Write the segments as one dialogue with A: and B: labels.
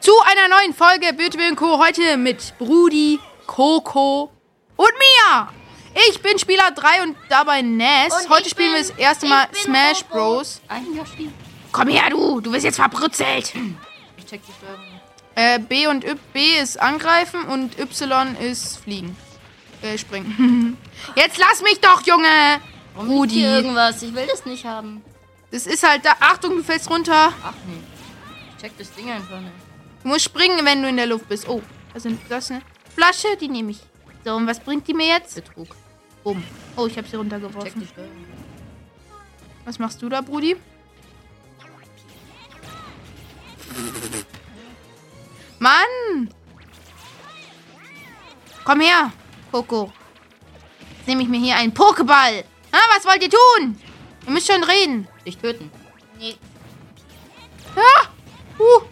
A: zu einer neuen Folge Beauty und Co. Heute mit Brudi, Coco und Mia. Ich bin Spieler 3 und dabei Ness.
B: Und
A: Heute
B: ich
A: spielen wir
B: bin-
A: das erste
B: ich
A: Mal
B: bin
A: Smash
B: Coco.
A: Bros.
B: Ein Yoshi.
A: Komm her, du. Du wirst jetzt verbrützelt.
B: Ich check die Steuerung nicht.
A: Äh, B und y, B ist angreifen und Y ist fliegen. Äh, springen. jetzt lass mich doch, Junge.
B: Warum liegt hier
A: Rudi.
B: irgendwas? Ich will das nicht haben.
A: Das ist halt da. Achtung, du fällst runter.
B: Ach nee. Ich check das Ding einfach nicht.
A: Du musst springen, wenn du in der Luft bist. Oh, also das ist eine Flasche, die nehme ich. So, und was bringt die mir jetzt?
B: Betrug.
A: Bumm. Oh, ich habe sie
B: Check die
A: runtergeworfen.
B: Steuerung. nicht.
A: Was machst du da, Brudi? Mann! Komm her, Coco. Jetzt nehme ich mir hier einen Pokéball. Ah, was wollt ihr tun? Ihr müsst schon reden.
B: Dich töten. Nee.
A: Ah! Uh.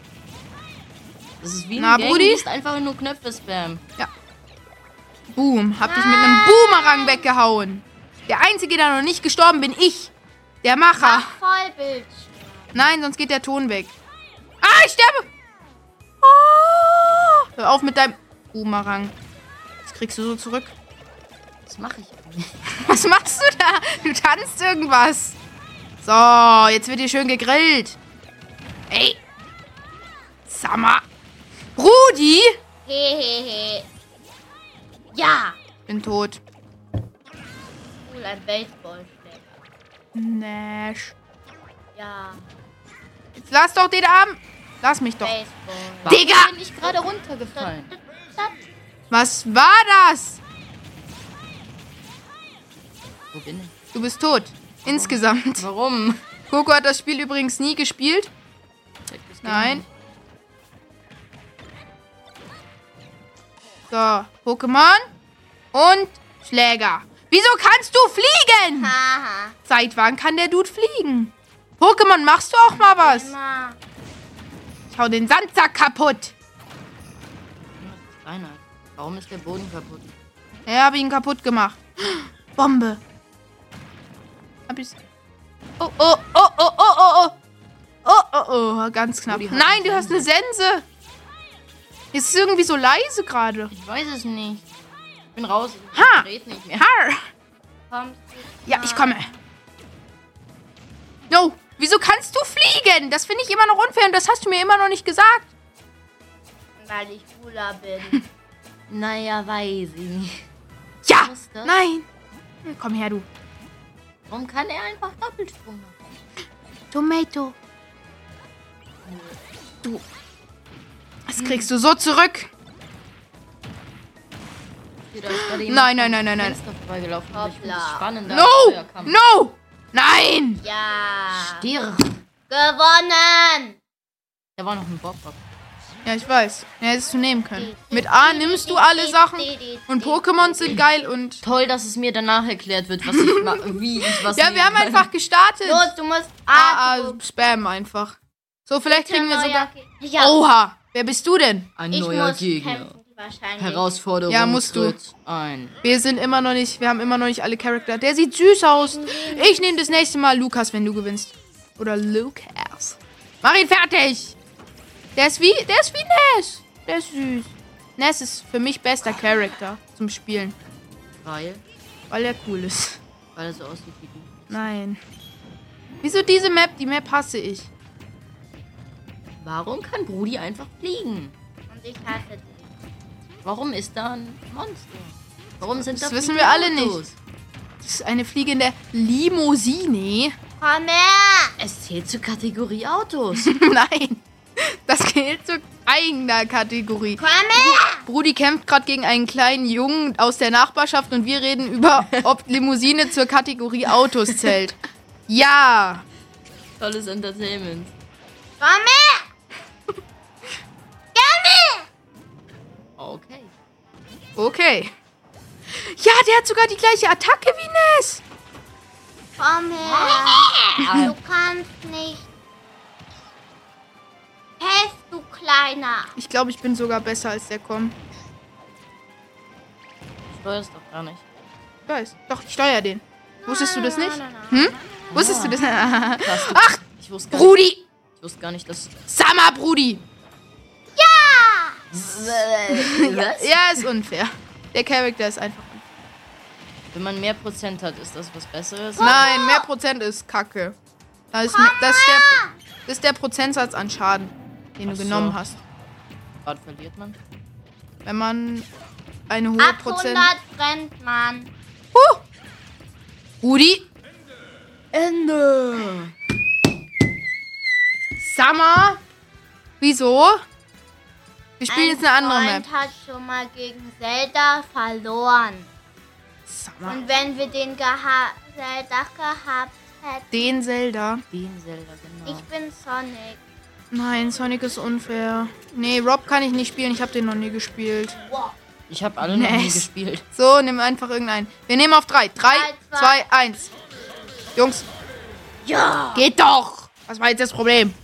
B: Das ist wie
A: Na,
B: ein Game.
A: Brudi?
B: Du musst einfach nur Knöpfe spammen.
A: Boom. Hab dich mit einem Boomerang weggehauen. Der Einzige, der noch nicht gestorben bin, ich. Der Macher.
B: Vollbild.
A: Nein, sonst geht der Ton weg. Ah, ich sterbe! Oh, hör auf mit deinem Boomerang. Das kriegst du so zurück.
B: Das mache ich aber nicht.
A: Was machst du da? Du tanzt irgendwas. So, jetzt wird hier schön gegrillt. Ey. Summer. Rudi?
B: Hehehe. Ja.
A: Bin tot.
B: Cool, ein Baseballschläger.
A: Nash.
B: Ja.
A: Jetzt lass doch den Arm. Lass mich doch.
B: Baseball.
A: Digga!
B: bin ich gerade runtergefallen?
A: Was war das?
B: Wo bin ich?
A: Du bist tot. Insgesamt.
B: Warum?
A: Coco hat das Spiel übrigens nie gespielt.
B: Check das Ding
A: Nein. So, Pokémon und Schläger. Wieso kannst du fliegen?
B: Haha.
A: Seit wann kann der Dude fliegen? Pokémon, machst du auch mal was?
B: Ma.
A: Ich hau den Sandsack kaputt.
B: Reinhard, warum ist der Boden kaputt?
A: Ja, hab ihn kaputt gemacht. Bombe. Hab ich's. Oh, oh, oh, oh, oh, oh, oh. Oh, oh, oh, ganz knapp.
B: die hat
A: Nein,
B: eine
A: du hast eine Sense. Jetzt ist es irgendwie so leise gerade.
B: Ich weiß es nicht. Ich bin raus. Ich
A: Ha.
B: red nicht mehr.
A: Har.
B: Kommst
A: Ja, ich komme. No, wieso kannst du fliegen? Das finde ich immer noch unfair und das hast du mir immer noch nicht gesagt.
B: du? Weil ich cooler bin. naja, weiß ich nicht.
A: Ja,
B: Was ist das?
A: nein. Na, Komm her, du.
B: Warum kann er einfach Doppelsprung machen?
A: Tomato. Du. Das kriegst du so zurück.
B: Hier, da ist gerade jemand
A: Nein, nein, nein, nein,
B: am
A: nein.
B: Fenster vorbeigelaufen. Ich finde es spannend.
A: No, no, nein.
C: Ja.
B: Stirr.
C: Gewonnen.
B: Da war noch ein Bob-Bob.
A: Ja, ich weiß. Ja, hättest du nehmen können. Mit A nimmst du alle Sachen und Pokémon sind geil und...
B: Toll, dass es mir danach erklärt wird, was ich ma wie ich was
A: Ja, wir haben
B: nehmen kann.
A: einfach gestartet.
C: Los, du musst
A: Ah,
C: A
A: ah, spam einfach. So, vielleicht kriegen wir sogar...
C: Genau, Ja,
A: Oha, wer bist du denn?
B: Ein
C: ich
B: Oh, neuer
C: muss
B: Gegner.
C: kämpfen wahrscheinlich.
B: Herausforderung
A: Ja, musst du.
B: tritt ein.
A: Wir sind immer noch nicht, wir haben immer noch nicht alle Charakter. Der sieht süß aus. Ich nehme das nächste Mal Lukas, wenn du gewinnst. Oder Lukas. Mach ihn fertig. Der ist wie, der ist wie Ness. Der ist süß. Ness ist für mich bester Charakter zum Spielen,
B: Weil,
A: weil er cool ist.
B: weil er so aussieht wie du.
A: Nein. Wieso diese Map? Die Map hasse ich.
B: Warum kann Brudi einfach fliegen?
C: Und ich hasse dich.
B: Warum ist da ein Monster? Warum sind
A: Das
B: da
A: wissen
B: fliegende
A: wir alle
B: Autos?
A: Das ist eine fliegende Limousine.
C: Komm her.
B: Es zählt zur Kategorie Autos.
A: Nein. Das gilt zur eigener Kategorie.
C: Komm her.
A: Brudi kämpft gerade gegen einen kleinen Jungen aus der Nachbarschaft und wir reden über, ob Limousine zur Kategorie Autos zählt. Ja.
B: Tolles Entertainment.
C: Komm her.
B: Okay.
A: Okay. Ja, der hat sogar die gleiche Attacke wie Ness.
C: Komm her. Du kannst nicht. Pest, du Kleiner.
A: Ich glaube, ich bin sogar besser als der Com.
B: Du steuerst doch gar nicht.
A: Ich weiß. Doch, ich steuere den. Wusstest du das nicht?
C: Hm?
A: Wusstest du das nicht?
B: Krass, du-
A: Ach,
B: ich wusste gar nicht,
A: Brudi.
B: ich wusste gar nicht dass
A: Summer, Brudi.
C: Ja,
B: Was?
A: Ja, ist unfair. Der Charakter ist einfach unfair.
B: Wenn man mehr Prozent hat, ist das was Besseres?
A: Nein, mehr Prozent ist Kacke. Das ist, mehr- das ist, der, das ist der Prozentsatz an Schaden, den
B: Ach
A: du
B: so.
A: genommen hast.
B: Grad verliert man.
A: Wenn man eine hohe
C: Ab
A: Prozent...
C: 100 brennt man.
A: Huh! Rudi,
B: Ende.
A: Summer, wieso? Wir spielen jetzt eine andere
C: Freund
A: Map.
C: hat schon mal gegen Zelda verloren.
A: Summer.
C: Und wenn wir den geha Zelda gehabt hätten,
A: Den Zelda.
B: Den Zelda, genau.
C: ich bin Sonic.
A: Nein, Sonic ist unfair. Nee, Rob kann ich nicht spielen. Ich habe den noch nie gespielt.
B: Ich, hab habe alle noch nie
A: Nice.
B: gespielt.
A: So, nimm einfach irgendeinen. Wir nehmen auf drei. Drei,
C: Drei,
A: zwei, eins. Jungs,
B: Ja!
A: geht doch! Was war jetzt das Problem?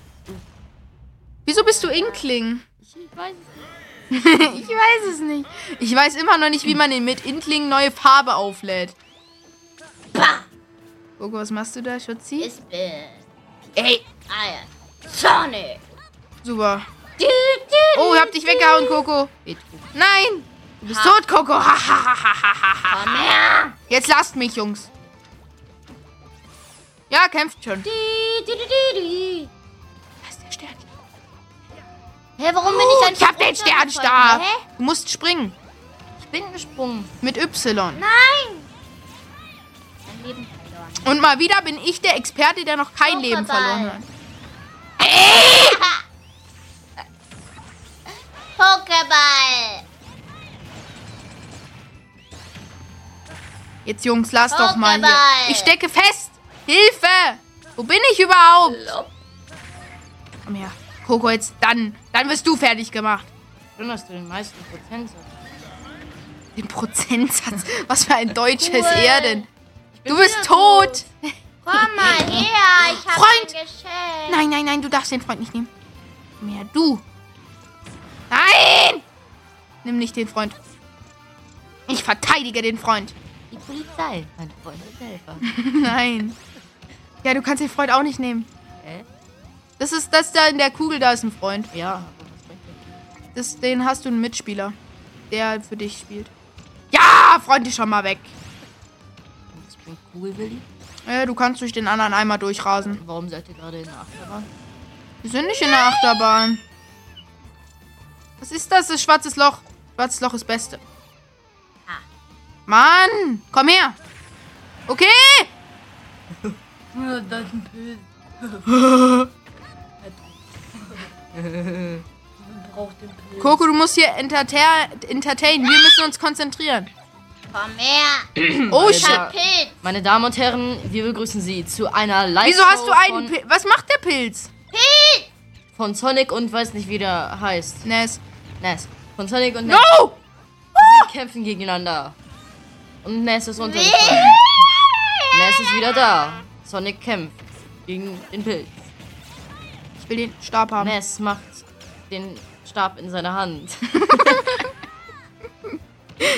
A: Wieso bist du Inkling?
B: Ich weiß es nicht.
A: Ich weiß es nicht. Ich weiß immer noch nicht, wie man den mit Inkling neue Farbe auflädt. Gogo, was machst du da, Schutzi?
C: Ich bin
A: Ey,
C: Iron Sonic.
A: super.
C: Du, du,
A: Oh, ich hab dich weggehauen, Coco.
B: Betrug.
A: Nein! Du bist tot, Coco. Ha, ha, ha, ha, ha, ha.
C: komm her.
A: Jetzt lasst mich, Jungs. Ja, kämpft schon.
C: Du, du, du, du, du.
A: Da ist der Stern.
C: Hä, warum bin ich
A: Ich hab den Sternstab.
C: Hä?
A: Du musst springen.
B: Spindensprung.
A: Mit Y.
C: Nein! Mein Leben verloren.
A: Und mal wieder bin ich der Experte, der noch kein
C: Super
A: Leben
C: Ball.
A: verloren hat.
C: Pokéball!
A: Jetzt, Jungs, lasst doch mal hier.
C: Pokéball.
A: Ich stecke fest. Hilfe. Wo bin ich überhaupt? Komm her. Coco, jetzt dann. Dann wirst du fertig gemacht.
B: Schön, dass du den meisten Prozent hast.
A: Den Prozentsatz. Was für ein deutsches
C: Cool.
A: er denn?
B: bin
A: Du bist
B: wieder
A: tot.
C: Komm mal her, ich hab
A: Freund.
C: ein Geschenk.
A: Nein, nein, nein, du darfst den Freund nicht nehmen. Mehr du. Nein! Nimm nicht den Freund. Ich verteidige den Freund.
B: Die Polizei. Mein Freund ist Helfer.
A: Nein. Ja, du kannst den Freund auch nicht nehmen.
B: Hä?
A: Das ist das da in der Kugel, da ist ein Freund.
B: Ja, aber was bringt das?
A: Das, den hast du einen Mitspieler, der für dich spielt. Ja, Freund ist schon mal weg.
B: Und Das bringt cool, Willi.
A: Äh, du kannst durch den anderen einmal durchrasen.
B: Warum seid ihr gerade in der Achterbahn?
A: Wir sind nicht in der Achterbahn. Was ist das? Das ist schwarzes Loch. Schwarzes Loch ist Beste.
C: Ah.
A: Mann, komm her. Okay.
B: Das ist ein Pilz. braucht den Pilz.
A: Coco, du musst hier entertain, entertain. Wir müssen uns konzentrieren.
C: Komm her,
A: Oh
B: Alter.
A: shit.
B: Ja.
C: Pilz.
B: Meine Damen und Herren, wir begrüßen Sie zu einer live
A: Wieso hast du einen Pilz? Was macht der Pilz?
B: Von, von Sonic und weiß nicht, wie der heißt.
A: Ness.
B: Ness. Von Sonic und Ness
A: No!
B: kämpfen gegeneinander. Und Ness ist untergekommen. Ness ist wieder da. Sonic kämpft gegen den Pilz.
A: Ich will den Stab haben.
B: Ness macht den Stab in seiner Hand.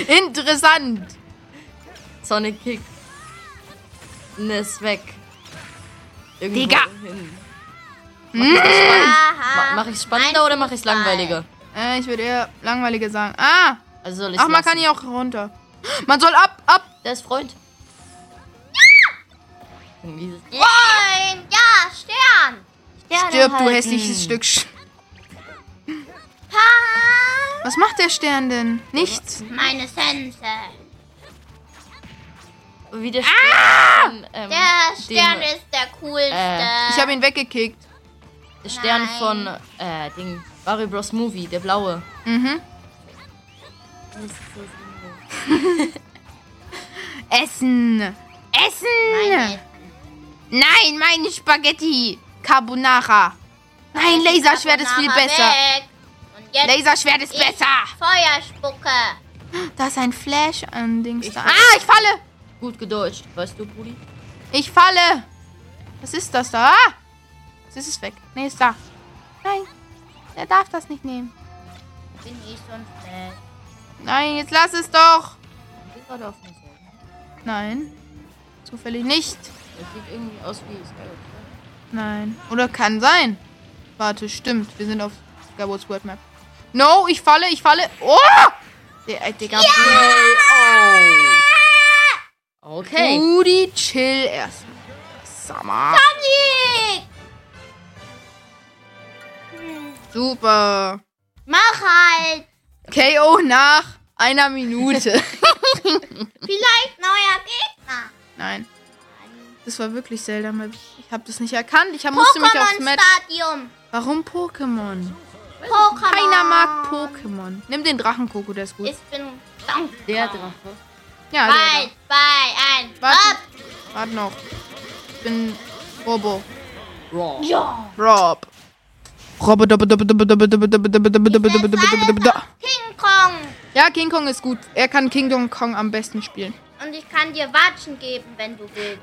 A: Interessant.
B: Sonic kickt. Ness weg. Irgendwo
A: Digga.
B: Hin. Mach ich's spannend? Ma- Mach ich spannender
C: Mein
B: oder mach ich
C: Fußball.
B: langweiliger?
A: Äh, ich würde eher langweilige sagen. Ah,
B: Also soll ich
A: ach, man kann hier auch runter. Man soll ab, ab.
B: Der ist Freund. Dieses
C: Nein, ja, Stern.
A: Stirb, du hässliches Stück. Sch
C: Pa,
A: Was macht der Stern denn? Nichts.
C: meine Sense.
B: Wie der Stern. von, Ähm,
C: Der Stern
B: den,
C: ist der coolste.
B: äh,
A: Ich habe ihn weggekickt.
B: der Stern
C: Nein.
B: von äh, Ding. Barry Bros Movie, der blaue.
A: Mhm. Essen. Essen.
C: meine,
A: Nein, meine Spaghetti. Carbonara. Nein, Laserschwert ist viel
C: Carbonara
A: besser.
C: Weg. Und jetzt
A: Laserschwert ist
C: ich
A: besser.
C: Feuerspucke.
A: Da ist ein Flash an Dings da. Ah, ich falle.
B: Gut gedeutscht, weißt du, Brudi?
A: Ich falle. Was ist das da? Ah! Jetzt ist es weg. Nee, ist da. Nein. Er darf das nicht nehmen.
C: Bin ich so ein Fett.
A: Nein, jetzt lass es doch.
B: Ich bin gerade auf mich selber.
A: Nein. Zufällig nicht.
B: Das sieht irgendwie aus wie Skyward
A: Nein. Oder kann sein. Warte, stimmt. Wir sind auf Skyward Sword Map. No, ich falle, ich falle. Oh! Der, äh, Digga.
B: Oh. Okay.
A: Rudi, chill erst. Summer.
C: Nick,
A: Super.
C: mach halt.
A: KO nach einer Minute.
C: Vielleicht neuer Gegner.
A: Nein. Das war wirklich Zelda. mal- Ich habe das nicht erkannt. Ich hab, musste mich aufs Match.
C: Pokémon-Stadium.
A: Warum Pokémon?
C: Pokémon.
A: Keiner mag Pokémon. Nimm den Drachenkoko, der ist gut.
C: Ich bin krank.
B: Der Drache.
A: ja, der
C: Bye, bye, ein.
A: Warte.
C: Ab.
A: da. Warte noch. Ich bin Robo.
B: Raw.
C: Ja.
A: Rob. Robo. dobo, dobo, dobo, dobo, dobo, dobo, dobo, dobo, dobo, dobo, dobo, dobo, dobo, dobo.
C: King Kong.
A: Ja, King Kong ist gut. Er kann Kingdom Kong am besten spielen.
C: Und ich kann dir Watschen geben, wenn du willst.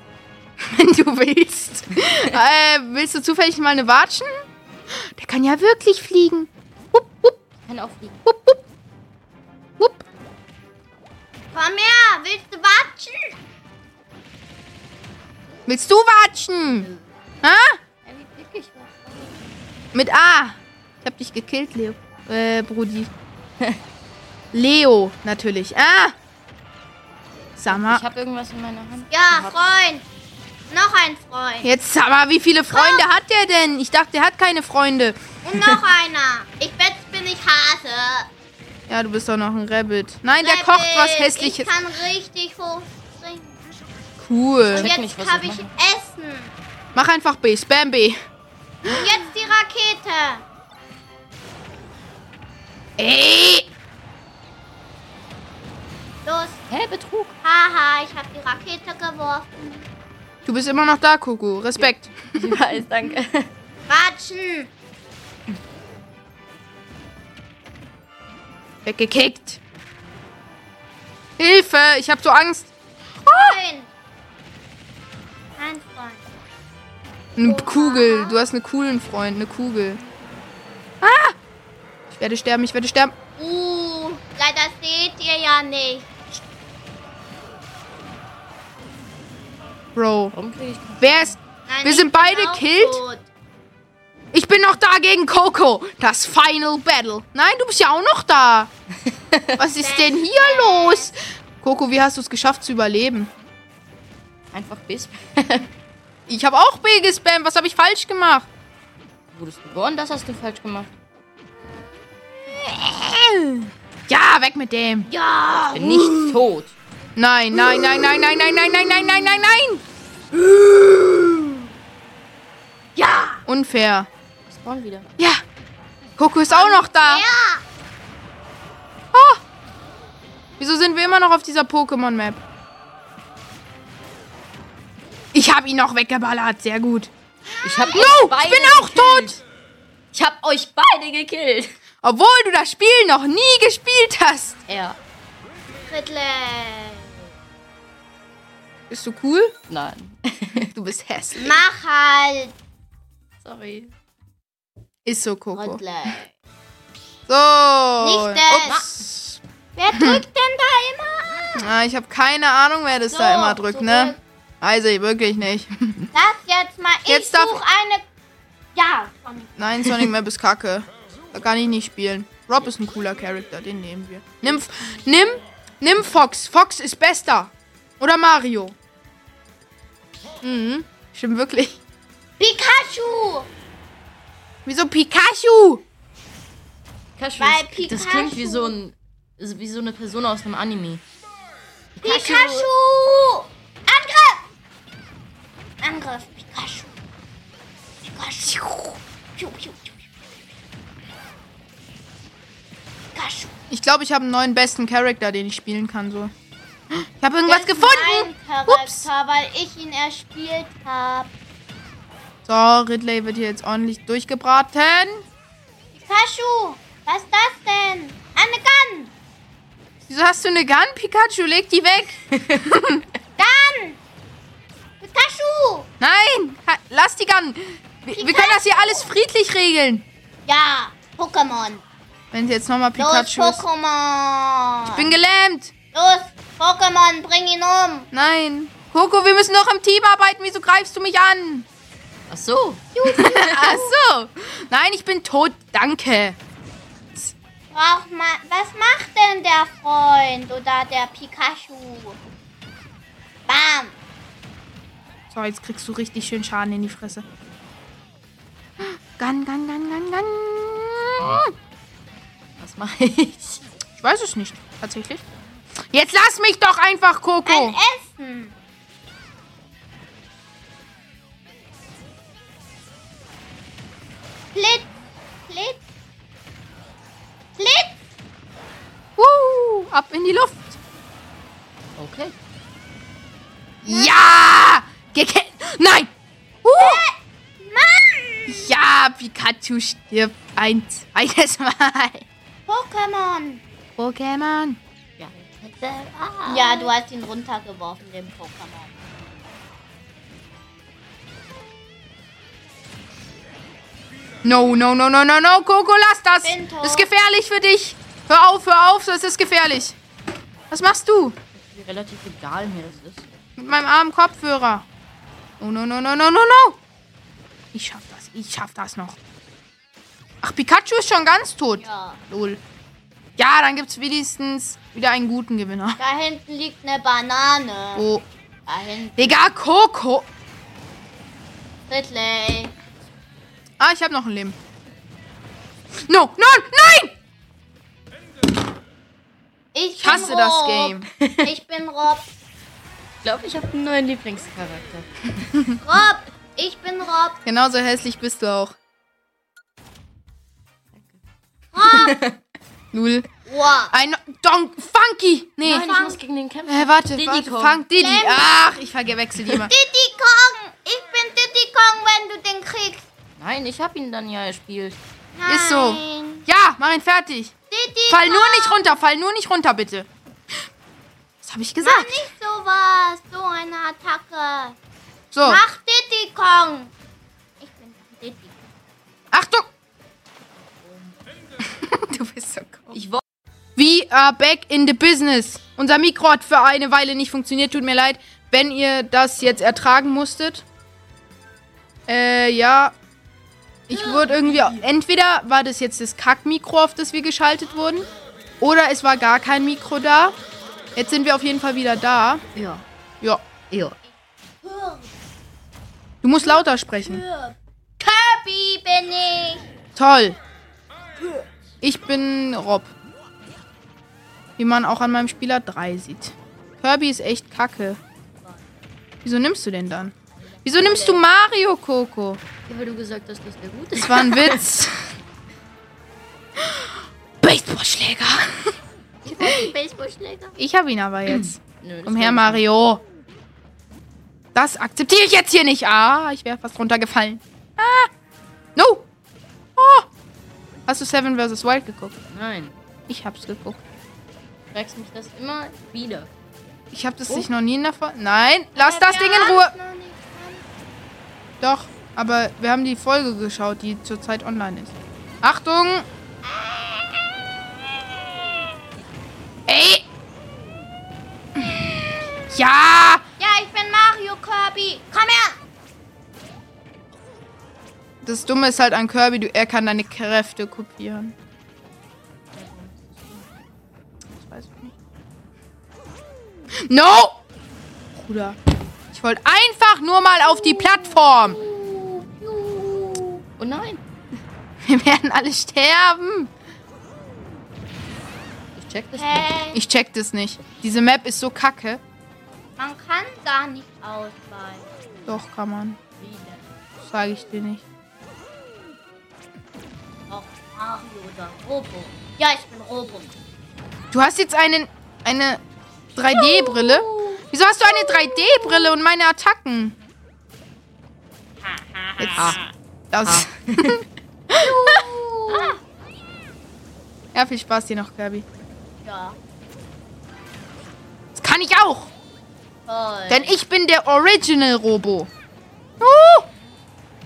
A: Wenn du willst. äh, willst du zufällig mal eine Watschen? Der kann ja wirklich fliegen. Hup, hup,
B: Kann auch fliegen.
A: hup, hup. Hup.
C: Komm her, willst du Watschen?
A: Willst du watschen? Ha? Mit A. Ich hab dich gekillt, Leo. Äh, Brudi. Leo, natürlich. Ah! Sag mal.
B: Ich habe irgendwas in meiner Hand.
C: Ja, Freund. Noch ein Freund.
A: Jetzt sag mal, wie viele Freunde
C: Ah!
A: hat der denn? Ich dachte, der hat keine Freunde.
C: Und noch einer. Ich wette, bin ich Hase.
A: Ja, du bist doch noch ein Rabbit. Nein, der
C: Rabbit,
A: kocht was Hässliches.
C: Ich kann richtig hoch springen. Und
A: Cool.
B: Schmeckt
C: jetzt
B: nicht, was
C: habe
B: ich
C: ich Essen.
A: Mach einfach B. Spam B.
C: Und jetzt die Rakete.
A: Ey!
C: Los.
B: Hä, Betrug.
C: Haha, ich habe die Rakete geworfen.
A: Du bist immer noch da, Kuku. Respekt.
B: Ich weiß, danke.
C: Watschen.
A: Weggekickt. Hilfe, ich hab so Angst.
C: Freund. Ein Freund.
A: Eine Kugel. Du hast einen coolen Freund, eine Kugel. Ah! Ich werde sterben, ich werde sterben.
C: Uh, leider seht ihr ja nicht.
A: Bro.
B: Warum krieg ich
A: Wer ist.
C: Nein,
A: Wir
C: ich
A: sind
C: bin
A: beide
C: auch
A: killed?
C: tot.
A: Ich bin noch da gegen Coco. Das Final Battle. Nein, du bist ja auch noch da. Was ist denn hier los? Coco, wie hast du es geschafft zu überleben?
B: einfach bis?
A: Ich habe auch B gespammt. Was habe ich falsch gemacht?
B: Wurdest du geboren? Das hast du falsch gemacht.
A: Ja, weg mit dem.
C: Ja.
A: Ah,
B: Bin nicht tot.
A: Nein, nein, nein, nein, nein, nein, nein, nein, nein, nein, nein, nein.
C: Ja.
A: Unfair.
B: Spawn wieder.
A: Ja. Coco ist auch noch da.
C: Ja.
A: Oh. Wieso sind wir immer noch auf dieser Pokémon-Map? Ich habe ihn noch weggeballert. Sehr gut.
B: Ich hab
A: No,
B: euch beide
A: ich bin auch
B: gekillt.
A: tot.
B: Ich hab euch beide gekillt.
A: Obwohl du das Spiel noch nie gespielt hast.
B: Ja.
C: Ridley.
A: Bist du cool?
B: Nein.
A: Du bist hässlich.
C: Mach halt.
B: Sorry.
A: Ist so, Coco.
C: Ridley.
A: So.
C: Nicht das.
A: Ups.
C: Wer
A: Hm.
C: drückt denn da immer? an?
A: Ah, ich habe keine Ahnung, wer das da
C: So,
A: immer drückt, ne?
C: zurück.
A: Weiß ich wirklich nicht.
C: Das jetzt mal. Ich
A: Jetzt
C: jetzt
A: darf-
C: such eine. Ja. Komm.
A: Nein, Sonic Map ist kacke. Da kann ich nicht spielen. Rob ist ein cooler Charakter, den nehmen wir. Nimm, F- nimm, nimm Fox. Fox ist bester. Oder Mario. Mhm, stimmt wirklich.
C: Pikachu.
A: Wieso Pikachu?
B: Pikachu,
C: Weil
B: das, das
C: Pikachu-
B: klingt wie so ein also wie so eine Person aus einem Anime.
C: Pikachu. Angriff. Angriff. Pikachu. Pikachu. Piu, piu, piu, piu. Pikachu.
A: Ich glaube, ich habe einen neuen besten Charakter, den ich spielen kann. So. Ich habe irgendwas
C: Das ist
A: gefunden.
C: Mein Charakter,
A: Ups.
C: weil ich ihn erspielt habe.
A: So, Ridley wird hier jetzt ordentlich durchgebraten.
C: Pikachu, was ist das denn? Eine Gun!
A: Wieso hast du eine Gun, Pikachu? Leg die weg.
C: Gun! Pikachu!
A: Nein, ha- lass die Gun. Wir, wir können das hier alles friedlich regeln.
C: Ja, Pokémon.
A: Wenn es jetzt nochmal
C: Los,
A: Pikachu ist.
C: Pokémon!
A: Ich bin gelähmt.
C: Los, Pokémon, bring ihn um!
A: Nein. Coco, wir müssen noch im Team arbeiten. Wieso greifst du mich an?
B: Ach so.
A: Ach so. Nein, ich bin tot. Danke.
C: braucht man. Was macht denn der Freund oder der Pikachu? Bam!
A: So, jetzt kriegst du richtig schön Schaden in die Fresse. Gun, gun, gun, gun, gun.
B: Was mache ich?
A: Ich weiß es nicht, tatsächlich. Jetzt lass mich doch einfach, Coco.
C: Ein Essen! Blitz! Blitz! Blitz!
A: Woo, ab in die Luft.
B: Okay.
A: Ja! Gekillt. Nein! Uh,
C: Äh, Mann!
A: ja, Pikachu stirbt ein zweites Mal.
C: Pokémon!
A: Pokémon.
B: Ja.
C: Ja, du hast ihn runtergeworfen, den Pokémon.
A: No, no, no, no, no, no, Coco, lass das.
C: Bin tot.
A: Das ist gefährlich für dich. Hör auf, hör auf, das ist gefährlich. Was machst du
B: Mir Relativ egal mir das ist.
A: mit meinem armen Kopfhörer? No, no, no, no, no, no, no. Ich schaff das, ich schaff das noch. Ach, Pikachu ist schon ganz tot.
C: Ja.
A: Lol. Ja, dann gibt's wenigstens wieder einen guten Gewinner.
C: Da hinten liegt eine Banane.
A: Oh,
C: Da hinten.
A: Digga, Coco.
C: Ridley.
A: Ah, ich habe noch ein Leben. No, no, nein!
C: Ich,
A: Ich hasse
C: bin
A: das
C: Rob.
A: Game.
C: Ich bin Rob.
B: Ich glaube, ich habe einen neuen Lieblingscharakter.
C: Rob. Ich bin Rob.
A: Genauso hässlich bist du auch. Lul.
C: Wow.
A: Ein Don Funky. Nee.
B: Nein, ich muss gegen den kämpfen.
A: Äh, warte,
B: Diddy
A: warte.
B: Kong.
A: Funk Diddy.
C: Lemmy.
A: Ach, ich verwechsel die immer.
C: Diddy Kong. Ich bin Diddy Kong, wenn du den kriegst.
B: Nein, ich habe ihn dann ja gespielt.
C: Nein.
A: Ist so. Ja, mach ihn fertig.
C: Diddy
A: Fall
C: Kong.
A: nur nicht runter, fall nur nicht runter, bitte. Was habe ich
C: Mach
A: gesagt?
C: nicht sowas. So eine Attacke.
A: So,
C: Mach Diddy Kong. Ich bin Diddy.
A: Achtung. Du bist so cool.
B: Ich wollte.
A: We are back in the business. Unser Mikro hat für eine Weile nicht funktioniert. Tut mir leid, wenn ihr das jetzt ertragen musstet. Äh, ja. Ich wurde irgendwie. Entweder war das jetzt das Kack-Mikro, auf das wir geschaltet wurden. Oder es war gar kein Mikro da. Jetzt sind wir auf jeden Fall wieder da.
B: Ja.
A: Ja.
B: Ja.
A: Du musst lauter sprechen.
C: Kirby bin ich.
A: Toll. Ich bin Rob. Wie man auch an meinem Spieler 3 sieht. Kirby ist echt kacke. Wieso nimmst du den dann? Wieso nimmst du Mario, Coco?
B: Weil du gesagt hast, dass der gut ist.
A: Das war ein Witz. Baseballschläger.
C: Ich bin ein Baseballschläger.
A: Ich hab ihn aber jetzt.
B: Nö, das
A: Komm her,
B: war-
A: Mario. Das akzeptiere ich jetzt hier nicht. Ah, ich wäre fast runtergefallen. Ah. No. Oh. Hast du Seven vs. Wild geguckt?
B: Nein.
A: Ich hab's geguckt.
B: Du fragst mich das immer wieder.
A: Ich habe das
B: Oh.
A: nicht noch nie in der Folge. Nein, lass das
C: Wir
A: Ding in
C: haben's
A: Ruhe.
C: noch nicht dran.
A: Doch, aber wir haben die Folge geschaut, die zurzeit online ist. Achtung! Ey! Ja!
C: Ja, ich bin Mario Kirby. Komm her.
A: Das Dumme ist halt an Kirby, du, er kann deine Kräfte kopieren. Das weiß ich nicht. No! Bruder. Ich wollte einfach nur mal auf die Plattform.
C: Piu, piu.
B: Oh nein.
A: Wir werden alle sterben.
B: Ich check das nicht.
C: Hey,
A: Ich check das nicht. Diese Map ist so kacke.
C: man kann gar nicht ausweichen.
A: Doch, kann man.
B: Wie denn?
A: Sage ich dir nicht.
C: Auch Mario oder Robo. Ja, ich bin Robo.
A: Du hast jetzt einen, eine 3D-Brille. Wieso hast du eine 3D-Brille und meine Attacken? Jetzt. Das.
C: Ah,
A: Ja, viel Spaß dir noch, Kirby.
C: ja,
A: Das kann ich auch.
C: toll.
A: Denn ich bin der Original Robo. Uh,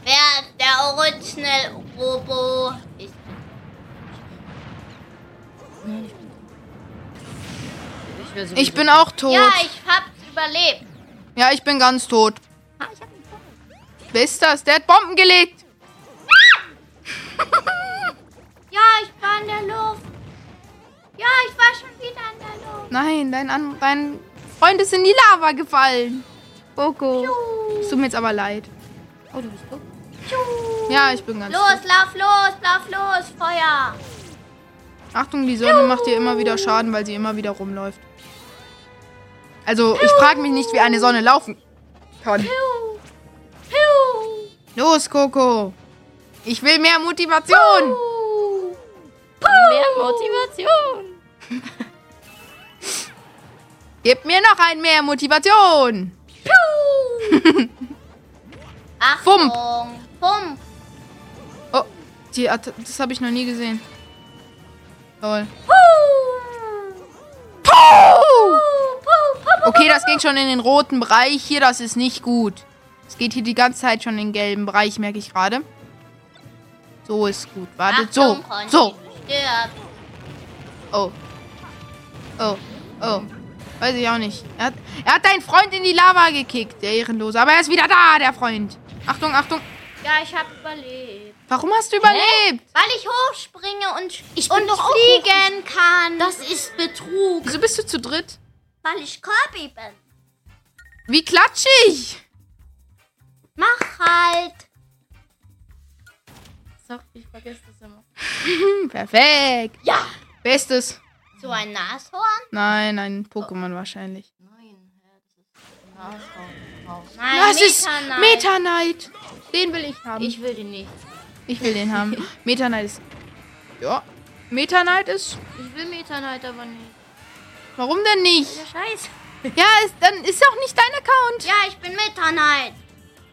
C: Wer ist der Original Robo? Ich
B: Ich, wär sowieso-
A: ich bin auch tot.
C: ja, ich hab's überlebt.
A: Ja, ich bin ganz tot.
C: Ah, ich hab ihn voll.
A: Wer ist das? Der hat Bomben gelegt.
C: Ja, ich war in der Luft. Ja, ich war schon wieder in der Luft.
A: Nein, dein, An dein Freund ist in die Lava gefallen. Boko. Es tut mir jetzt aber leid. Oh, du bist gut.
C: Tschu.
A: Ja, ich bin ganz
C: Los, lauf los, lauf los, Feuer.
A: Achtung, die Sonne macht dir immer wieder Schaden, weil sie immer wieder rumläuft. Also, ich frage mich nicht, wie eine Sonne laufen kann.
C: Piu. Piu.
A: Los, Coco. Ich will mehr Motivation.
C: Puh.
B: Mehr Motivation.
A: Gib mir noch ein mehr Motivation.
C: Achtung. Pump. Pump.
A: Oh, die Att das habe ich noch nie gesehen. Lol. Okay, das ging schon in den roten Bereich. Hier, das ist nicht gut. Es geht hier die ganze Zeit schon in den gelben Bereich, merke ich gerade. So ist gut. Wartet. So.
C: Achtung, Conny,
A: So.
C: du stirbst.
A: Oh. Oh. Oh. Weiß ich auch nicht. Er hat, er hat deinen Freund in die Lava gekickt, der Ehrenlose. Aber er ist wieder da, der Freund. Achtung, Achtung.
C: Ja, ich habe überlebt.
A: Warum hast du überlebt?
C: Weil ich hochspringe und,
B: Ich bin
C: und
B: doch auch
C: fliegen kann.
B: Das ist Betrug.
A: Wieso bist du zu dritt?
C: weil ich Kirby bin.
A: Wie klatsch ich?
C: Mach halt.
B: Sorry, ich vergesse das immer.
A: Hm, Perfekt.
C: Ja.
A: Bestes.
C: So ein Nashorn?
A: Nein, ein Pokémon wahrscheinlich.
B: Nein, hä, das ist ein Arschloch.
C: Nein,
A: Das ist
C: Meta Knight.
A: Meta Knight. Den will ich haben. Ich,
B: Ich will die nicht.
A: will den haben. Meta Knight ist. Ja. Meta Knight ist.
B: Ich will Meta Knight aber nicht.
A: Warum denn nicht?
B: Der Scheiß.
A: Ja, ist, dann ist auch nicht dein Account.
C: Ja, ich bin Meta Knight.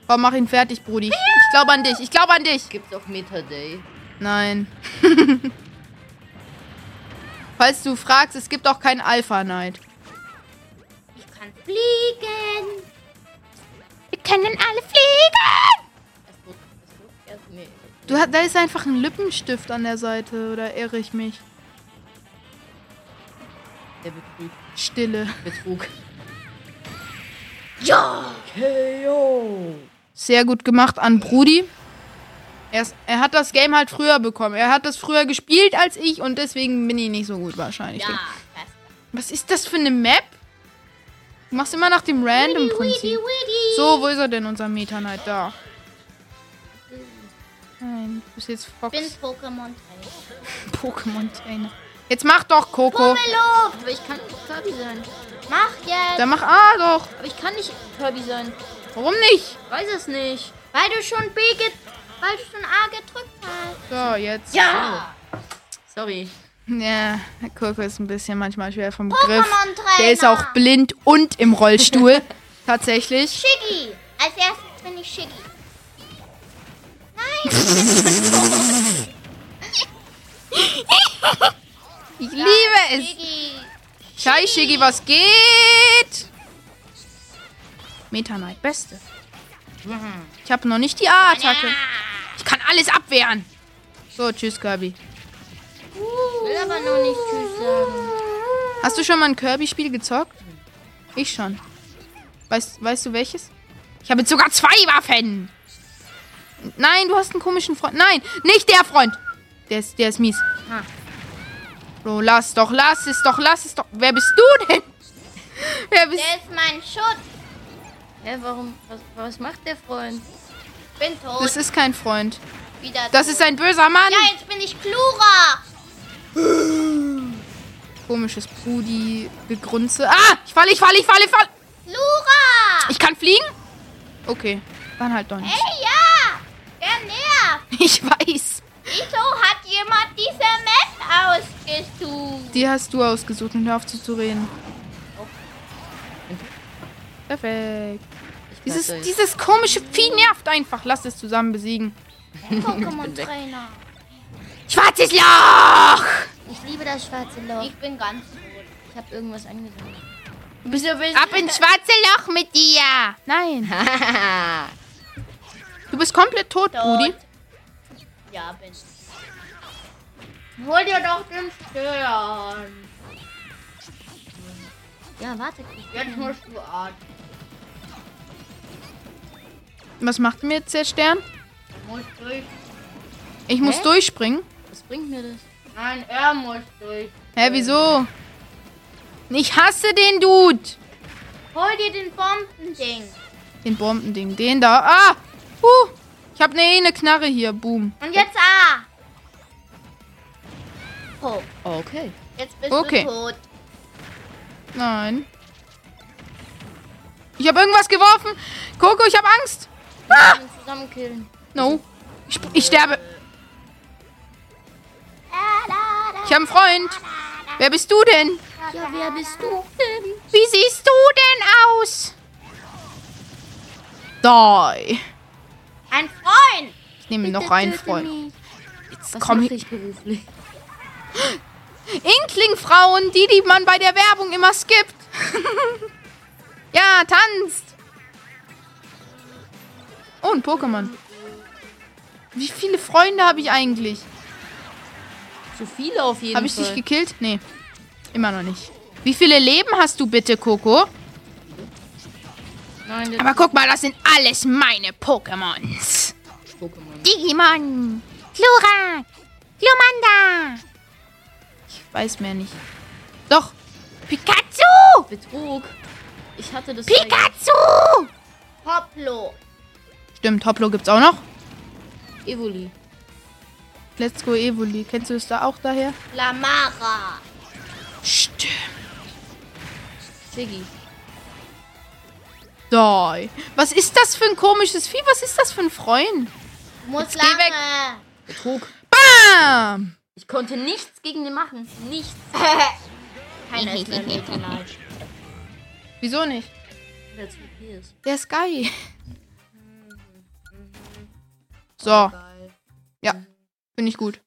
A: Komm, mach ihn fertig, Brudi. Ich glaube an dich. Ich glaube an dich.
B: Gibt's auch Meta Day?
A: Nein. Falls du fragst, es gibt auch keinen Alpha Knight.
C: Ich kann fliegen.
A: Wir können alle fliegen.
B: Es wird, es wird erst nee.
A: Du, hast- da ist einfach ein Lippenstift an der Seite, oder irre ich mich?
B: Der Betrug.
A: Stille.
B: Betrug.
C: Ja.
B: KO.
A: Sehr gut gemacht an Brudi. Er, ist, er hat das Game halt früher bekommen. Er hat das früher gespielt als ich und deswegen bin ich nicht so gut wahrscheinlich.
C: Ja.
A: Was ist das für eine Map? Du machst immer nach dem Random-Prinzip. So, wo ist er denn, unser Meta Knight? Da. Nein, du bist jetzt Fox.
C: Ich bin Pokémon Trainer.
A: Pokémon-Trainer. Jetzt mach doch, Coco.
C: Pummeluft.
B: Aber ich kann nicht Kirby sein.
C: Mach jetzt.
A: Dann mach A doch.
B: Aber ich kann nicht Kirby sein.
A: Warum nicht?
B: Weiß es nicht.
C: Weil du schon B get weil du schon A gedrückt hast.
A: So, jetzt.
C: Ja.
B: Oh. Sorry.
A: Ja, der Coco ist ein bisschen manchmal schwer vom Griff.
C: Pokémon-Trainer.
A: Der ist auch blind und im Rollstuhl. Tatsächlich.
C: Shiggy. Als erstes bin ich Shiggy.
A: Ich liebe es.
C: Shiggy.
A: Schei, Shiggy, was geht? Meta Knight, beste. Mhm. Ich habe noch nicht die A-Attacke. Ich kann alles abwehren. So, tschüss, Kirby.
B: Will aber noch nicht Tschüss sagen.
A: Hast du schon mal ein Kirby-Spiel gezockt? Ich schon. Weißt, weißt du welches? Ich habe jetzt sogar zwei Waffen. Nein, du hast einen komischen Freund. Nein, nicht der Freund. Der ist, der ist mies.
B: Ah.
A: Bro, lass doch, lass es doch, lass es doch. Wer bist du denn? Wer bist
C: Der ist mein Schutz.
B: Hä, warum? Was, was macht der Freund?
C: Ich bin tot.
A: Das ist kein Freund.
C: wieder
A: Das
C: tot.
A: ist ein böser Mann.
C: Ja, jetzt bin ich Klura.
A: Komisches Brudi gegrunze. Ah, ich falle, ich falle, ich falle, ich falle.
C: Klura.
A: Ich kann fliegen? Okay, dann halt doch nicht.
C: Hey, ja. Der nervt.
A: Ich weiß.
C: Wieso hat jemand diese Map ausgesucht?
A: Die hast du ausgesucht und hör auf zu, zu reden. Perfekt.
B: Ich
A: Dieses,
B: weiß es.
A: dieses komische Vieh nervt einfach. Lass es zusammen besiegen.
C: Pokémon Trainer.
A: Schwarzes Loch!
B: ich liebe das schwarze Loch.
C: Ich bin ganz
B: Ich habe irgendwas angesagt.
A: Ab ins schwarze Loch mit dir! Nein. Du bist komplett tot,
C: tot.
A: Brudi.
C: Ja, bin ich. Hol dir doch den Stern.
B: ja, warte.
C: Jetzt musst du atmen.
A: Was macht mir jetzt der Stern?
C: Muss durch.
A: Ich muss
B: Hä?
A: durchspringen.
B: Was bringt mir das?
C: Nein, er muss durch.
A: Hä, wieso? Ich hasse den Dude.
C: Hol dir den Bombending.
A: Den Bombending. Den da. Ah! Huh! Ich hab ne, eine Knarre hier. Boom.
C: Und jetzt A. Oh,
B: Okay.
C: jetzt bist
A: Okay.
C: du tot.
A: Nein. Ich hab irgendwas geworfen. Coco, ich hab Angst.
B: Ihn zusammen killen.
A: No. Ich, sp- ich sterbe.
C: Da, da, da,
A: Ich hab einen Freund. Wer bist du denn?
B: Ja, wer bist du? Ähm,
A: Wie siehst du denn aus? Die.
C: Ein Freund.
A: Ich nehme noch einen Freund.
B: Jetzt
A: komm
B: ich beruflich.
A: Inklingfrauen, die, die man bei der Werbung immer skippt. ja, tanzt. Oh, ein Pokémon. Wie viele Freunde habe ich eigentlich?
B: Zu viele auf jeden
A: Habe ich
B: Fall.
A: dich gekillt? Nee. Immer noch nicht. Wie viele Leben hast du bitte, Coco?
B: Nein, das
A: Aber guck mal, das sind alles meine Pokémons.
B: ist Pokémon.
A: Digimon, Glurak, Glumanda. Ich weiß mehr nicht. Doch, Pikachu!
B: Betrug. Ich hatte das. eigentlich-
A: Pikachu!
C: Poplo.
A: Stimmt, Hoplo gibt's auch noch.
B: Evoli.
A: Let's go Evoli. Kennst du es da auch daher?
C: Lamara.
A: Stimmt.
B: Siggi.
A: Die. Was ist das für ein komisches Vieh? Was ist das für ein Freund?
C: Du musst
A: Jetzt geh weg.
C: lange.
B: Betrug.
A: Bam!
B: Ich konnte nichts gegen den machen. Nichts.
C: Keiner ist mehr mitleid.
A: Wieso nicht?
B: Der zu viel ist.
A: Der ist geil. So,
B: Geil.
A: finde ich gut.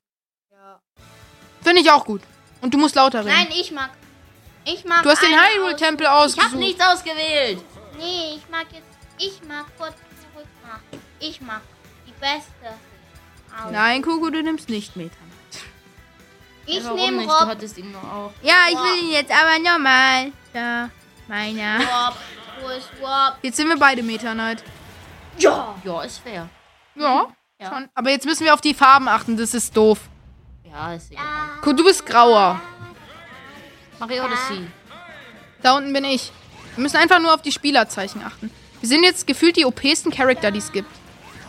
B: Ja.
A: Finde ich auch gut. Und du musst lauter reden.
C: Nein, ich mag. Ich mag.
A: du hast den
C: eine
A: Hyrule
C: aus-
A: Tempel
B: Ich hab
A: ausgesucht.
B: nichts ausgewählt.
C: Nee, ich mag jetzt. Ich mag kurz zurück machen. Ich mag die beste. aus.
A: Nein, Kuku, du nimmst nicht mit.
C: Ich
B: Ja, warum
C: nehme
B: nicht? Genau, Du
C: Rob.
B: hattest ihn noch auch.
A: Ja,
C: ich will
A: ihn jetzt aber nochmal. Da, meiner.
C: Rob. Wo ist Rob?
A: Jetzt sind wir beide Meta Knight.
C: Ja.
B: Ja, ist fair.
A: Ja,
B: Ja.
A: schon. Aber jetzt müssen wir auf die Farben achten. Das ist doof.
B: Ja, ist egal.
A: Guck, du bist grauer.
B: Mario Odyssey.
A: Da unten bin ich. Wir müssen einfach nur auf die Spielerzeichen achten. Wir sind jetzt gefühlt die OPsten Charakter, die es gibt.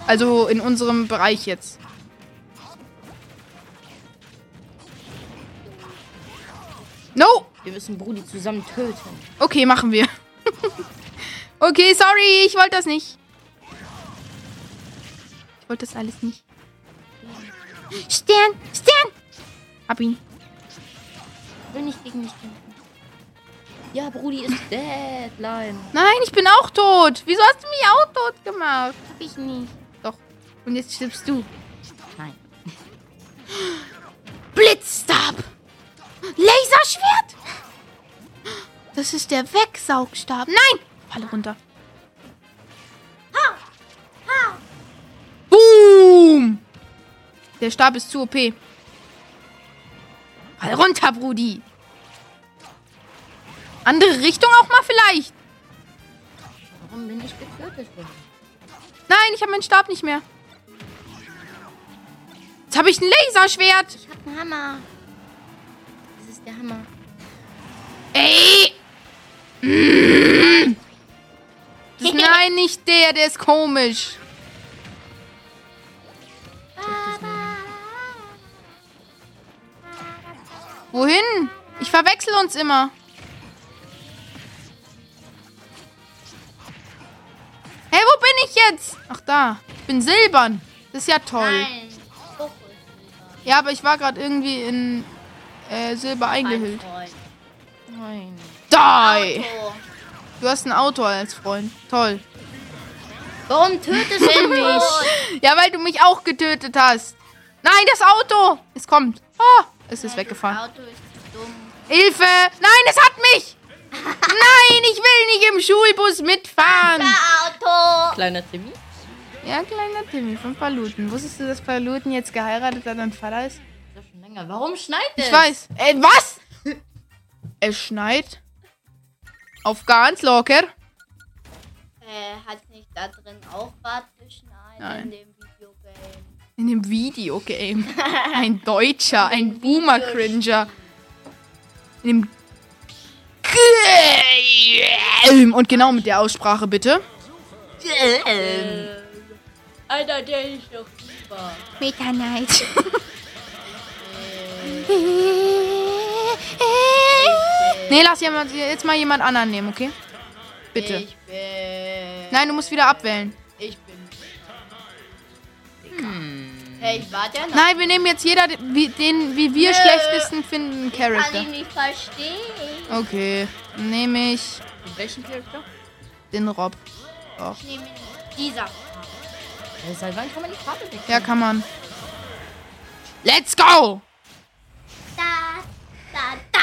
A: Also in unserem Bereich jetzt. No!
B: Wir müssen Brudi zusammen töten.
A: Okay, machen wir. okay, sorry, ich wollte das nicht. Ich wollte das alles nicht. Stern, Stern! Hab ihn.
B: Will nicht gegen mich kämpfen. Ja, Brudi ist Deadline.
A: Nein, ich bin auch tot. Wieso hast du mich auch tot gemacht?
B: Hab ich nicht.
A: Doch. Und jetzt stirbst du.
B: Nein.
A: Blitzstab! Laserschwert! Das ist der Wegsaugstab. Nein! Falle runter. Boom! Der Stab ist zu OP. Fall runter, Brudi! Andere Richtung auch mal vielleicht.
B: Warum bin ich getötet worden?
A: Nein, ich habe meinen Stab nicht mehr. Jetzt habe ich ein Laserschwert.
B: Ich hab einen Hammer. Das ist der Hammer.
A: Ey! Das ist, nein, nicht der, der ist komisch. Wohin? Ich verwechsel uns immer. Hey, wo bin ich jetzt? Ach da, ich bin silbern. Das ist ja toll.
C: Nein. Fokus.
A: Ja, aber ich war gerade irgendwie in äh, Silber
C: Mein
A: eingehüllt.
C: Freund.
B: Nein.
A: Die!
C: Auto.
A: Du hast ein Auto als Freund. Toll.
B: Warum tötest du mich?
A: Ja, weil du mich auch getötet hast. Nein, das Auto! Es kommt. Ah, es ist weggefahren.
C: Das Auto ist zu dumm.
A: Hilfe! Nein, es hat mich! Nein, ich will nicht im Schulbus mitfahren.
C: Auto.
B: Kleiner Timmy.
A: Ja, kleiner Timmy von Paluten. Wusstest du, dass Paluten jetzt geheiratet hat und Vater ist?
B: Ist ja schon länger. Warum schneit es?
A: Ich weiß. Äh, was? Es schneit. Auf ganz locker.
C: Äh, hat nicht da drin auch was geschneit
A: Nein.
C: in dem Videogame?
A: In dem Videogame. Ein Deutscher, ein Boomer-Cringer. In dem Game. Und genau mit der Aussprache bitte.
B: Alter, der ist doch lieber.
C: Meta Knight. Äh.
A: Nee, lass jemand, jetzt mal jemand anderen nehmen, okay? Bitte.
B: Ich
C: äh.
B: bin.
A: Nein, du musst wieder abwählen.
B: Ich bin. Hm. Hey, ich warte ja noch.
A: Nein, wir nehmen jetzt jeder den, wie- den wie wir schlechtesten finden
C: Kann ich
A: Charakter.
C: nicht verstehen.
A: Okay, nehme ich
B: Welchen Charakter?
A: den Rob.
C: Ich nehme ihn. Dieser.
B: Äh, Seit wann kann man die Farbe wechseln?
A: Ja, kann man. Let's go!
C: Da, da, da.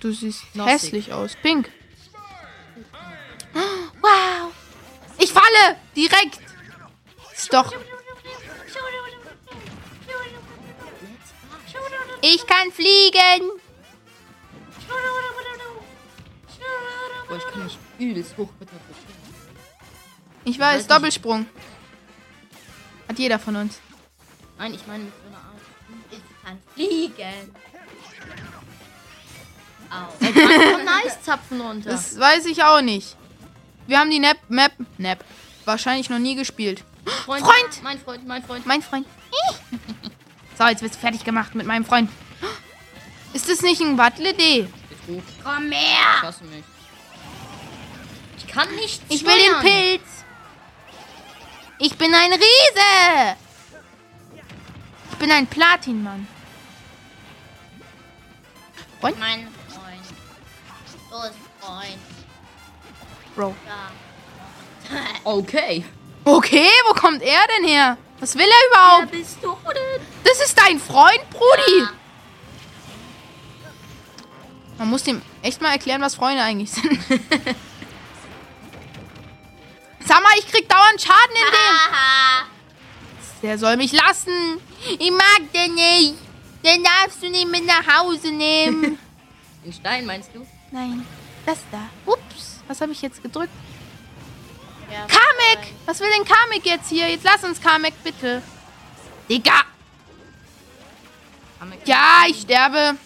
A: Du siehst
B: Gnostic.
A: hässlich aus. Pink.
C: Wow.
A: Ich falle! Direkt! Ist doch. Ich kann fliegen!
B: Boah, Oh, ich kann mich übelst hoch betreffen.
A: Ich
B: Weiß
A: weiß,
B: nicht.
A: Doppelsprung. Hat jeder von uns.
B: Nein, ich meine mit so einer Art.
C: Ich kann fliegen.
B: Seit wann kommen Eiszapfen runter?
A: Das weiß ich auch nicht. Wir haben die Nap, Map, Nap. Wahrscheinlich noch nie gespielt.
B: Freund,
A: Freund!
B: Mein Freund, mein Freund.
A: Mein Freund. so, jetzt wirst du fertig gemacht mit meinem Freund. Ist das nicht ein Battle-D?
B: Ich ruf,
C: Komm her.
B: ich hasse mich. Ich kann nicht
A: Ich will den
B: steuern.
A: Pilz. Ich bin ein Riese. Ich bin ein Platinmann.
C: Mein Freund. Los, Freund.
A: Bro.
C: Da.
B: Okay.
A: Okay, wo kommt er denn her? Was will er überhaupt?
B: bist du denn?
A: Das ist dein Freund, Brudi. Man muss dem echt mal erklären, was Freunde eigentlich sind. Sag mal, ich krieg dauernd Schaden in dem.
C: Haha.
A: Der soll mich lassen. Ich mag den nicht. Den darfst du nicht mit nach Hause nehmen.
B: Den Stein meinst du?
A: Nein, das da. Ups, was habe ich jetzt gedrückt?
C: Ja,
A: Kamek! Was will denn Kamek jetzt hier? Jetzt lass uns Kamek, bitte. Digga!
B: Haben wir-
A: Ja, ich sterbe.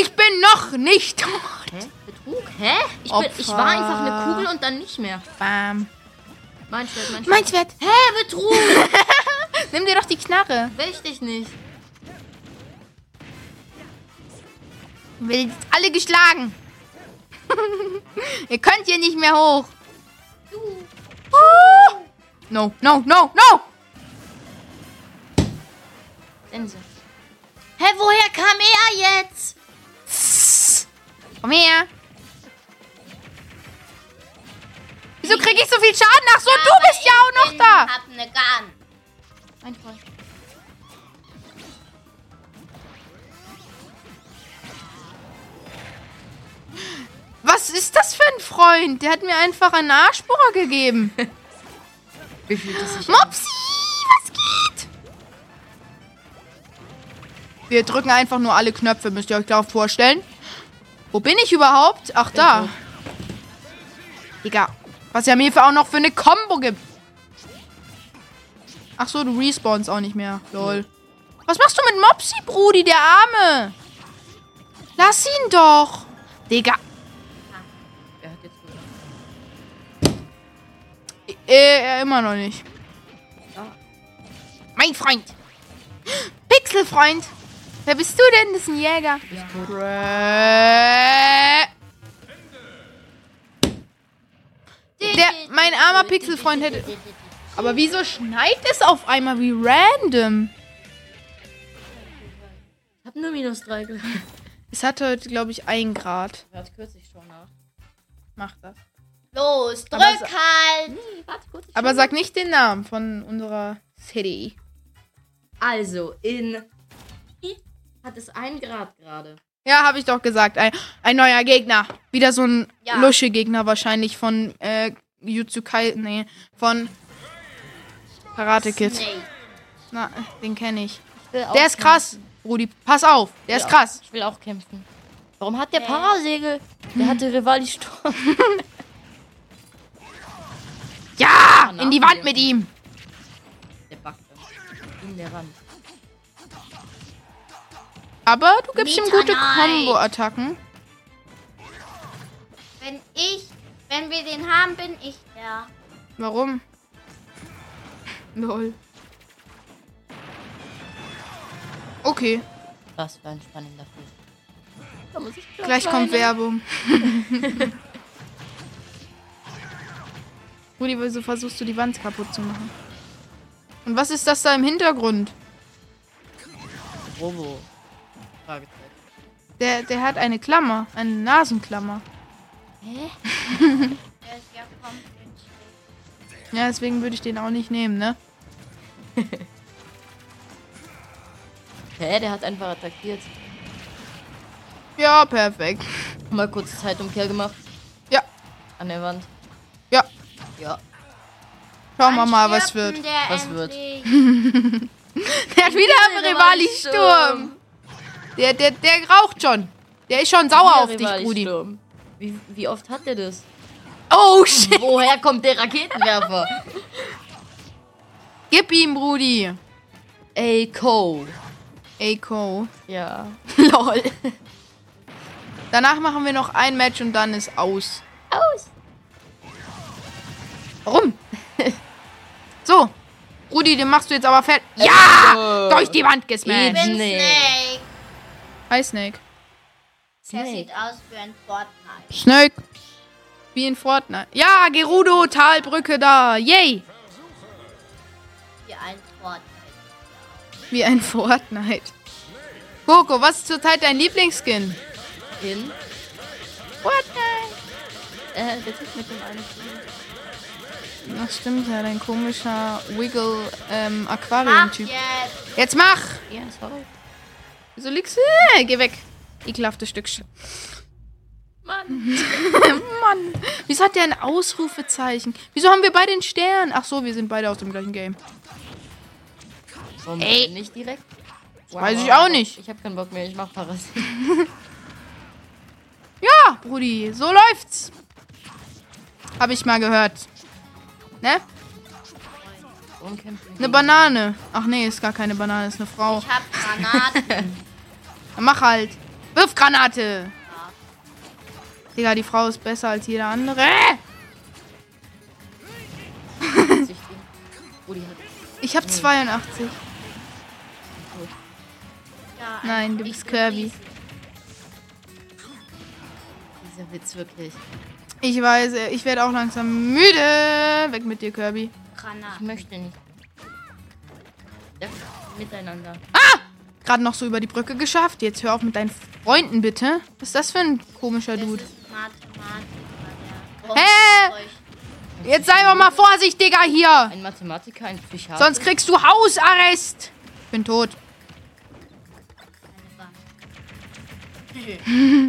A: Ich bin noch nicht tot.
B: Hä? Betrug? Hä? Ich, bin, ich
A: Opfer.
B: war einfach eine Kugel und dann nicht mehr.
A: Bam.
B: Mein Schwert, mein Schwert.
A: Mein Schwert.
B: Hä, Betrug?
A: Nimm dir doch die Knarre.
B: Will ich dich nicht.
A: Wir sind alle geschlagen. Ihr könnt hier nicht mehr hoch. Uh. No, no, no, no!
B: Sense.
C: Hä, woher kam er jetzt?
A: Komm her. Wieso krieg ich so viel Schaden? Ach so, du bist ja auch noch da.
C: Ich hab ne Gun.
B: Mein Freund.
A: Was ist das für ein Freund? Der hat mir einfach einen Arschbohrer gegeben.
B: Wie fühlt es sich
A: Mopsi, was geht? Wir drücken einfach nur alle Knöpfe, müsst ihr euch klar vorstellen. Wo bin ich überhaupt? Ach, da. Digga, was ja mir für- auch noch für eine Combo gibt. Ach so, du respawnst auch nicht mehr. Lol. Was machst du mit Mopsi, Brudi, der Arme? Lass ihn doch. Digga.
B: Er hat jetzt gewonnen.
A: Äh, äh, immer noch nicht.
B: Ja.
A: Mein Freund. Pixelfreund. Wer bist du denn? Das ist ein Jäger. Brä- Der, mein armer Pixelfreund hätte. Aber wieso schneit es auf einmal wie random?
B: Ich hab nur minus 3 gehört.
A: Es hat heute, glaube ich, ein Grad.
B: Er hat kürzlich schon nach.
A: Macht das.
C: Los, drück
A: Aber so-
C: halt.
B: Nee, warte kurz. ich
A: Aber
B: schau
A: sag nicht den Namen von unserer City.
B: mal. Also, in. Hat es 1 Grad gerade.
A: Ja, habe ich doch gesagt. Ein, ein neuer Gegner. Wieder so ein
C: Ja.
A: Lusche-Gegner wahrscheinlich von äh, Yutsukai. Nee, von Karate Kid.
C: Nee.
A: Na, den kenne ich. Der ist krass, Rudi. Pass auf. Der ist
B: Ja.
A: krass.
B: Ich will auch kämpfen. Warum hat der Parasegel? Der hatte Rivali Sturm.
A: Ja!
B: nach
A: In die
B: mir.
A: Wand mit ihm.
B: Der backt dann. In der Wand.
A: Aber du gibst ihm gute
C: Meta Knight.
A: Combo-Attacken.
C: Wenn ich, wenn wir den haben, bin ich der.
A: Warum? Lol. Okay,
B: Was für ein spannender Film.
A: gleich kommt Werbung. Rudi, wieso versuchst du die Wand kaputt zu machen? Und was ist das da im Hintergrund?
B: Robo. Fragezeichen.
A: Der, der hat eine Klammer, eine Nasenklammer.
C: Hä? der ist ja komplett.
A: Ja, deswegen würde ich den auch nicht nehmen, ne?
B: Hä, der hat einfach attackiert.
A: Ja, perfekt.
B: Mal kurz Zeitumkehr gemacht.
A: Ja,
B: An der Wand.
A: ja.
B: Ja.
A: Schauen wir mal, was wird.
C: Der
B: Was
C: endlich.
A: Der hat wieder einen Rivali-Sturm. Der, der, der raucht schon. Der ist schon sauer auf dich,
B: Rivali
A: Rudi.
B: Sturm. Wie, wie oft hat der das?
A: Oh, shit.
B: Woher kommt der Raketenwerfer?
A: Gib ihm, Rudi.
B: Ey, Co.
A: Eiko.
B: Ja.
A: Lol. Danach machen wir noch ein Match und dann ist aus.
B: Aus.
A: Warum? so. Rudi, den machst du jetzt aber fett. Ja!
B: Äh.
A: Durch die Wand
C: Ich
A: gesmashed.
B: Eben.
C: bin
B: Nee.
C: Snake.
A: Hi, Snake.
C: Der
B: Snake.
C: sieht aus wie ein Fortnite.
A: Snake. Wie in Fortnite. Ja, Gerudo, Talbrücke da. Yay.
C: Wie ein Fortnite.
A: Wie ein Fortnite. Coco, was ist zurzeit dein Lieblingsskin?
B: In.
A: Fortnite.
B: Äh, der Typ mit dem einen Schuh.
A: Ach stimmt, ja, dein komischer Wiggle ähm,
C: Mach
A: Aquarium-Typ.
C: jetzt.
A: Jetzt mach!
B: Ja, sorry.
A: Wieso liegst du? Äh, Geh weg. Ekelhaftes Stückchen.
B: Mann.
A: Mann, wieso hat der ein Ausrufezeichen? Wieso haben wir beide den Stern? Ach so, wir sind beide aus dem gleichen Game.
B: Warum
A: Ey.
B: Nicht direkt.
A: Weiß ich auch nicht.
B: Ich hab keinen Bock mehr, ich mach Parasit.
A: Ja, Brudi, so läuft's. Hab ich mal gehört. Ne?
B: Warum kämpfen
A: Eine
B: gegen-
A: Banane. Ach nee, ist gar keine Banane, ist eine Frau.
C: Ich hab Granaten.
A: Dann mach halt. Wirf Granate. Digga, die Frau ist besser als jeder andere.
B: sich gegen- Oh, die hat-
A: Ich hab 82.
C: Ja, also
A: Nein, du
C: ich
A: bist
C: bin
A: Kirby.
C: riesig.
B: Dieser Witz wirklich.
A: Ich weiß, ich werde auch langsam müde. Weg mit dir, Kirby.
B: Ich
C: Granaten.
B: möchte nicht. Ja, miteinander.
A: Gerade noch so über die Brücke geschafft. Jetzt hör auf mit deinen Freunden, bitte. Was ist das für ein komischer
C: Das
A: Dude?
C: ist Mathematiker. Der
A: Hä? Jetzt sei doch mal vorsichtiger hier.
B: Ein Mathematiker, ein Psychiater.
A: Sonst kriegst du Hausarrest. Ich bin tot.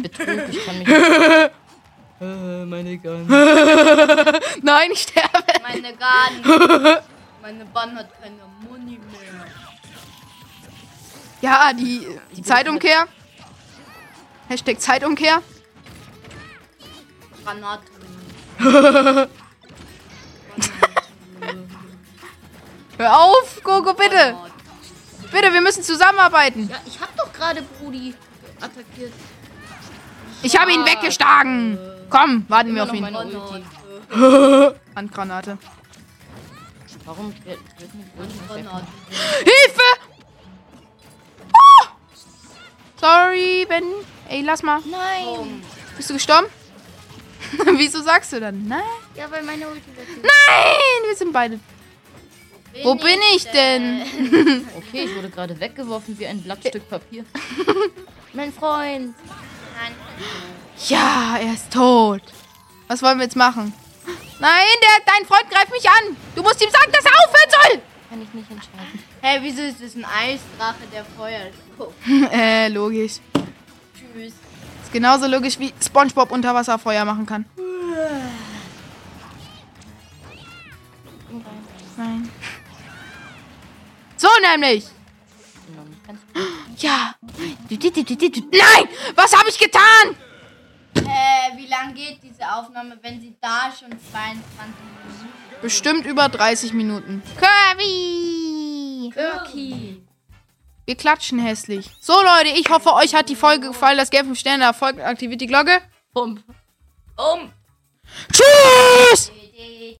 B: Betrug, ich kann mich. Äh, meine Gun.
A: Nein, ich sterbe.
C: Meine Garten. Meine Bahn hat keine Money mehr.
A: Ja, die, die Zeitumkehr. Hashtag Zeitumkehr.
C: Granaten.
A: Hör auf, Gogo, bitte.
B: Äh.
A: Bitte, wir müssen zusammenarbeiten.
B: Ja, ich hab doch gerade Brudi attackiert.
A: Ich habe ihn weggeschlagen. Komm, warten wir auf ihn.
B: Meine Ulti.
A: Handgranate.
B: Warum wird wird mit Ulti nicht
C: Granaten.
B: weggenommen?
A: Hilfe! Ah! Sorry, Ben. Ey, lass mal.
B: Nein!
A: Bist du gestorben? Wieso sagst du dann? Nein.
B: Ja, weil meine Ulti weg ist.
A: Nein, wir sind beide. Wo bin ich denn?
B: Okay, ich wurde gerade weggeworfen wie ein Blattstück Papier. mein Freund!
C: Nein.
A: Ja, er ist tot. Was wollen wir jetzt machen? Nein, der, dein Freund greift mich an. Du musst ihm sagen, dass er aufhören
B: Kann ich nicht entscheiden.
C: Hä, wieso ist es ein Eisdrache, der Feuer spuckt?
A: soll. äh, logisch.
C: Tschüss.
A: Ist genauso logisch, wie SpongeBob unter Wasser Feuer machen kann. Nein. So nämlich.
B: Genommen. Kannst
A: Ja. Du, du, du, du, du, du. Nein! Was habe ich getan?
C: Äh, wie lang geht diese Aufnahme, wenn sie da schon 22 Minuten
A: Bestimmt über 30 Minuten. Kirby!
C: Birki.
A: Wir klatschen hässlich. So, Leute, ich hoffe, euch hat die Folge gefallen. Das Game 5 Sterne erfolgt. Aktiviert die Glocke.
B: Pump. Um.
A: Tschüss!
C: Dö, dö,